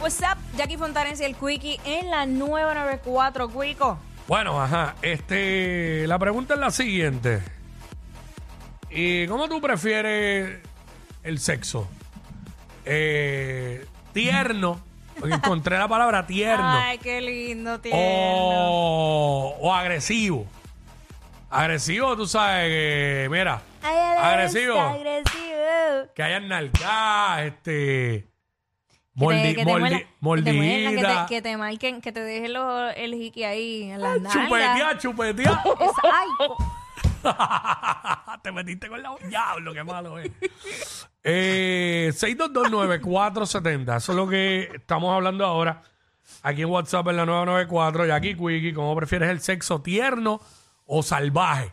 What's up, Jackie Fontanes y el Quickie en la 994, Quico. Bueno, ajá. Este, la pregunta es la siguiente. ¿Y cómo tú prefieres el sexo? Eh, tierno. porque Encontré la palabra tierno. Ay, qué lindo Oh. tierno. O, o agresivo. Agresivo, tú sabes que, mira, Ay, a la vez, agresivo. Agresivo. que hayan nalgadas, este, Que mordi, te- que te mordi- muerdan, que te muerdan, que te- mordida, Que te marquen, que te dejen los- el hickey ahí en las nalgas. chupetea, chupetea. Esa- Ay, co- te metiste con la diablo, qué malo es. Eh, 6229470, eso es lo que estamos hablando ahora. Aquí en WhatsApp en la 994, y aquí Quickie, ¿cómo prefieres el sexo tierno o salvaje?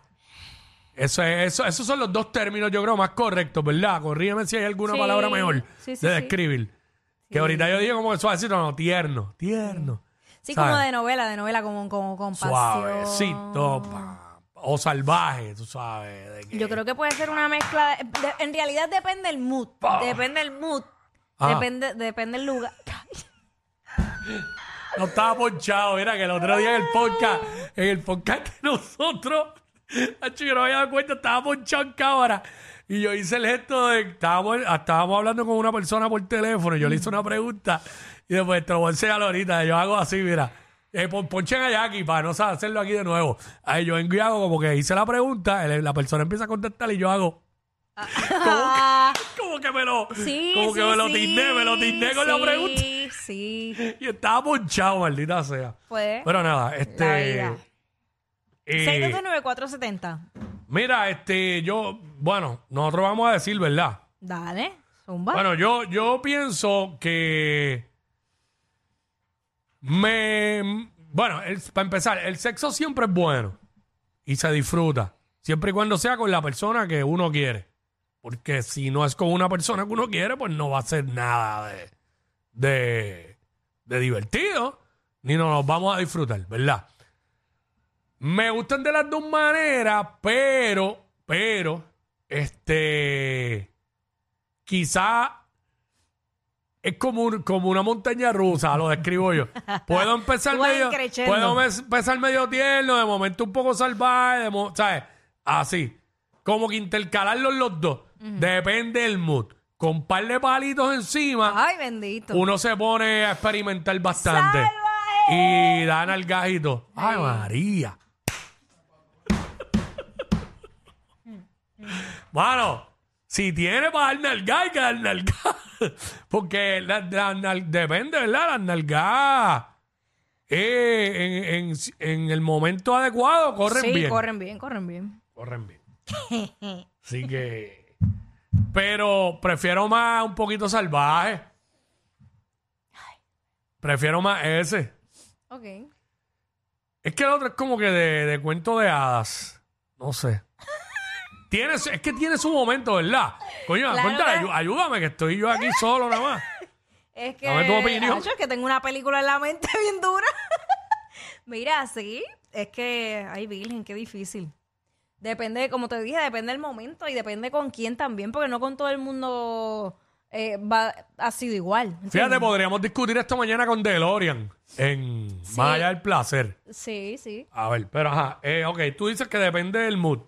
Eso es- eso, esos son los dos términos, yo creo, más correctos, ¿verdad? Corrígeme si hay alguna Sí. palabra mejor Sí, sí, de sí. describir. Que ahorita yo dije como que suavecito, no, tierno, tierno. sí, ¿Sabes? como de novela, de novela, como con, con pasión. Suavecito, pa, o salvaje, tú sabes. de que- Yo creo que puede ser una mezcla. de- de- en realidad depende el mood. Depende el mood. Ah. Depende, depende el lugar. No estaba ponchado, mira que el otro día en el podcast, en el podcast que nosotros, Nacho, yo no me había dado cuenta, estaba ponchado en cámara. Y yo hice el gesto de, estábamos, estábamos hablando con una persona por teléfono, y yo le hice una pregunta, y después te lo voy a enseñar ahorita, yo hago así, mira, eh, pon- ponchen allá aquí para no sa- hacerlo aquí de nuevo. Ahí yo vengo y hago como que hice la pregunta, el- la persona empieza a contestar y yo hago... Ah, Como que me lo, sí, como que sí, me lo sí, tindé, me lo tindé con la sí, pregunta. Sí, Y estaba ponchado, maldita sea. pues. Pero nada, La este. vida. eh, 629-470. mira, este, yo, bueno, nosotros vamos a decir, ¿verdad? Dale, zumba. Bueno, yo, yo pienso que me bueno, el- para empezar, el sexo siempre es bueno y se disfruta, siempre y cuando sea con la persona que uno quiere. Porque si no es con una persona que uno quiere, pues no va a ser nada de, de, de divertido, ni nos los vamos a disfrutar, ¿verdad? Me gustan de las dos maneras, pero, pero, este, quizá es como, un- como una montaña rusa, lo describo yo. Puedo empezar Tú vas medio, creciendo. puedo mes- empezar medio tierno, de momento un poco salvaje, de mo- ¿sabes? Así, como que intercalarlos los dos, depende del mood. Con par de palitos encima, Ay, bendito. uno se pone a experimentar bastante. Y dan al gajito. ¡Ay, María! Mano, si tiene para dar nalgá, hay que dar nalgá. Porque la, la nal- depende, ¿verdad? Las nalgás eh, en, en- en el momento adecuado corren sí, bien. corren bien, corren bien. Corren bien. Así que. Pero prefiero más un poquito salvaje. Prefiero más ese. Ok. Es que el otro es como que de, de cuento de hadas. No sé. Tiene su- es que tiene su momento, ¿verdad? Coño, Claro, cuéntale, claro. ayu- ayúdame, que estoy yo aquí solo nada más. Es que, Dame tu opinión. Acho, es que tengo una película en la mente bien dura. Mira, sí, es que, ay, Virgen, qué difícil. Depende, como te dije, depende del momento y depende con quién también, porque no con todo el mundo eh, va, ha sido igual. ¿entiendes? Fíjate, podríamos discutir esto mañana con DeLorean en Sí. Más allá del placer. Sí, sí, A ver, pero ajá. eh, ok, tú dices que depende del mood.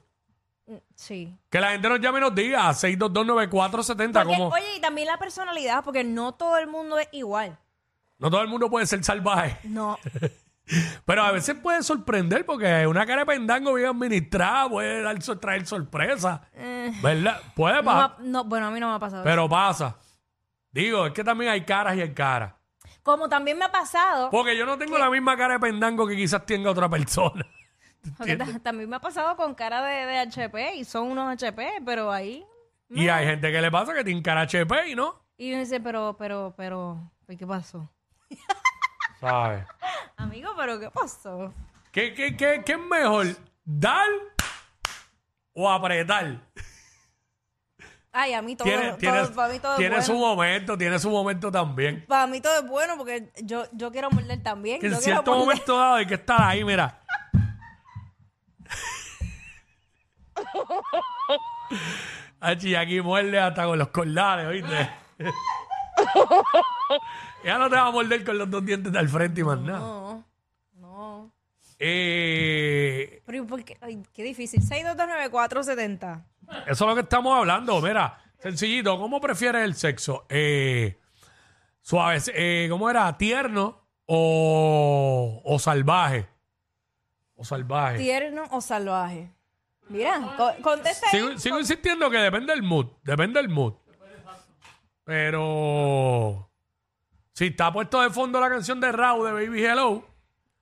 sí. Que la gente nos llame y nos diga a 6229470 Porque, como oye, y también la personalidad, porque no todo el mundo es igual. no todo el mundo puede ser salvaje, No, pero a veces puede sorprender porque una cara de pendango bien administrada puede dar, so- traer sorpresa, ¿verdad? Puede Eh. no me pasar, ha- no, bueno, a mí no me ha pasado. pero pasa. Digo, es que también hay caras y hay caras. Como también me ha pasado, Porque yo no tengo la misma cara de pendango que quizás tenga otra persona. porque ta- también me ha pasado con cara de, de HP y son unos HP, pero ahí Y hay gente que le pasa que tiene cara HP y no, Y uno dice, pero, pero, pero, ¿y ¿qué pasó? ¿sabes? Amigo, pero ¿qué pasó? ¿Qué, qué, qué, qué es mejor, dar o apretar? Ay, a mí todo, tiene, todo- tiene- para mí todo tiene es su bueno. momento, tiene su momento también. Para mí todo es bueno porque yo, yo quiero morder también. Que yo en quiero cierto morder. momento dado hay que estar ahí, mira. Achi, aquí muerde hasta con los cordales, ¿oíste? Ella no te va a morder con los dos dientes del frente y más nada. No, no. Eh, Pero ¿y por qué? Ay, qué difícil. 6229470. eso es lo que estamos hablando. Mira, sencillito, ¿cómo prefieres el sexo? Eh, suave, eh, ¿cómo era? ¿Tierno o, o salvaje? O salvaje. ¿Tierno o salvaje? Mira, co- contesta ahí. sigo, sigo insistiendo que depende del mood, depende del mood. Pero si está puesto de fondo la canción de Raúl de Baby Hello,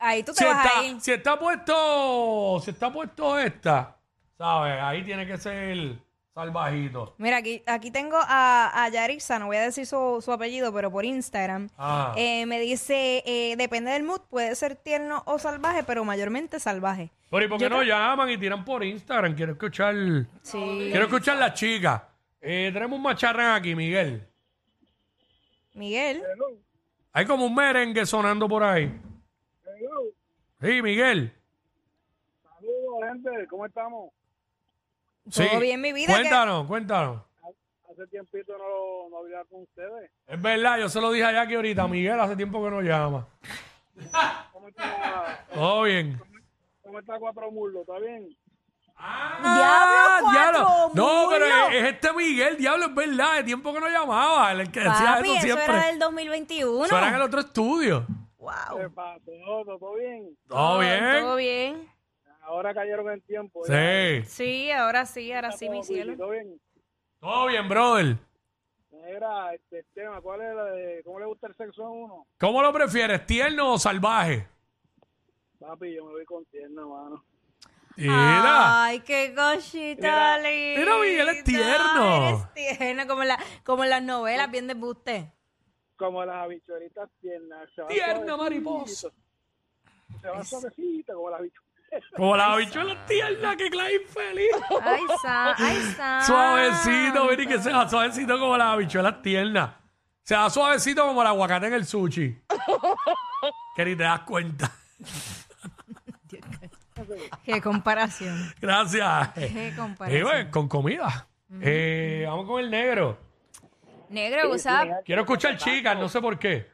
Ahí tú te si vas está, ahí. si está puesto, si está puesto esta, ¿sabes? Ahí tiene que ser salvajito. Mira, aquí, aquí tengo a, a Yarixa, no voy a decir su, su apellido, pero por Instagram. Ah. Eh, me dice, eh, depende del mood, puede ser tierno o salvaje, pero mayormente salvaje. Pero ¿y por qué no llaman y tiran por Instagram? Quiero escuchar, Sí. quiero escuchar las chicas. Eh, tenemos un macharrán aquí, Miguel. Miguel, Hay como un merengue sonando por ahí. Sí, Miguel. Saludos, gente, ¿cómo estamos? todo Sí. bien mi vida. ¿Qué- Cuéntanos, cuéntanos. Hace tiempito no, no hablaba con ustedes. Es verdad, yo se lo dije a Jackie ahorita. Miguel hace tiempo que no llama. ¿Cómo está, Todo bien. cómo está Cuatro Mulos? ¿Está bien? Diablo, Ah, diablo. cuatro No, pero mulos. es, es este Miguel, diablo, es verdad. Es tiempo que no llamaba. El que decía Papi, eso eso siempre. era del 2021. Eso era en el otro estudio. Wow. ¿Qué pasa? ¿Todo, todo bien? Todo bien. Todo bien. Ahora cayeron en tiempo. ya. Sí. Sí, ahora sí, ahora sí, mi Todo bien, cielo. todo bien. Todo bien, brother. Negra, este el tema, ¿cuál es la de cómo le gusta el sexo a uno? ¿Cómo lo prefieres, tierno o salvaje? Papi, yo me voy con tierna, mano. Mira. Ay, qué cosita linda. mira, Miguel, es tierno. Eres tierno, como, en la, como en las novelas, bien de buste. Como las habichuelitas tiernas. se van Tierna suavecito, mariposa. Se va suavecita como las habichuelas. Como la habichuela tierna que Clay feliz. Ay, Sam, ay, Sam. Suavecito, mira, y que sea suavecito como las habichuelas tiernas. Se da suavecito como el aguacate en el sushi. que ni te das cuenta. Qué comparación. Gracias. Qué Y comparación. bueno, con comida. Eh, vamos con el negro. Negro, WhatsApp, Quiero escuchar chicas, no sé por qué.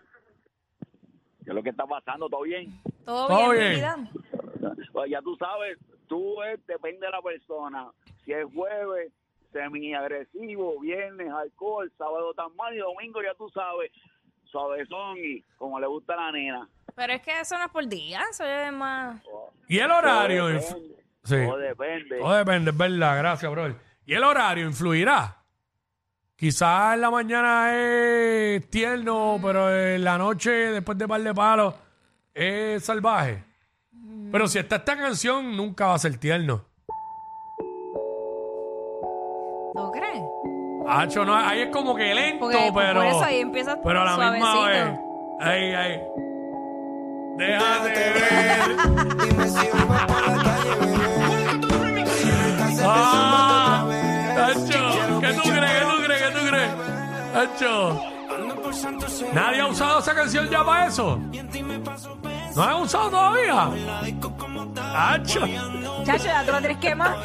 ¿Qué es lo que está pasando? ¿Todo bien? todo, bien, Todo mi bien. vida. Pues ya tú sabes, tú es, depende de la persona. Si es jueves, semi-agresivo, viernes, alcohol, sábado tan mal y domingo ya tú sabes, suavezón y como le gusta a la nena. Pero es que eso no es por día, eso es más. ¿Y el horario? Todo inf- depende. Sí. Todo depende. Todo depende, es verdad. Gracias, brother. ¿Y el horario influirá? Quizás en la mañana es Mm. tierno, pero en la noche, después de par de palos, es salvaje. Mm. Pero si está esta canción, nunca va a ser tierno. ¿Tú crees? Hacho, no, ahí es como que lento, Porque pues, por pero. eso ahí empieza Pero a la misma suavecito. vez. Ahí, ahí. Déjate ver. Dime si hoy vas por la calle, bebé. Si no estás, ¡Ah! empezamos Hacho, ¿qué tú crees? ¿Qué tú crees? ¿Qué tú crees? Hacho. Ando por Santo Cerro Nadie ha usado esa canción ya para eso. y en ti me paso peso. ¿No la han usado todavía? La disco como tal. ¡Hacho! Chacho, ya tú lo tienes que más.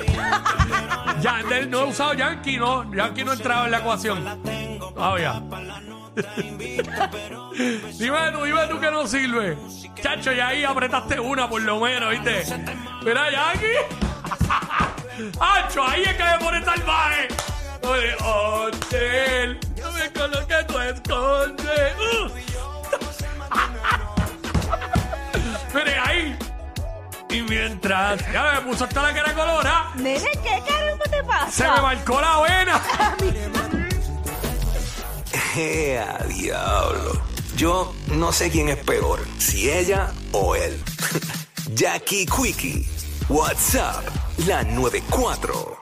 Ya, de- no he usado Yankee, no. Yankee no entraba en la ecuación. Ah, Todavía. dime tú, dime tú que no sirve. Chacho, ya ahí apretaste una por lo menos, ¿viste? Mira, Yankee. ¡Hacho! Ahí es que me pone salvaje. Oye, hotel, no me coloque tu esconde. ¡Uh! Mire, ahí. Y mientras. Ya me puso hasta la cara colorada. Nene, ¿qué caramba te Se me pasa? marcó la vena. ¡Ea, ¡Eh, diablo! Yo no sé quién es peor, si ella o él. Jackie Quickie, WhatsApp, la 94.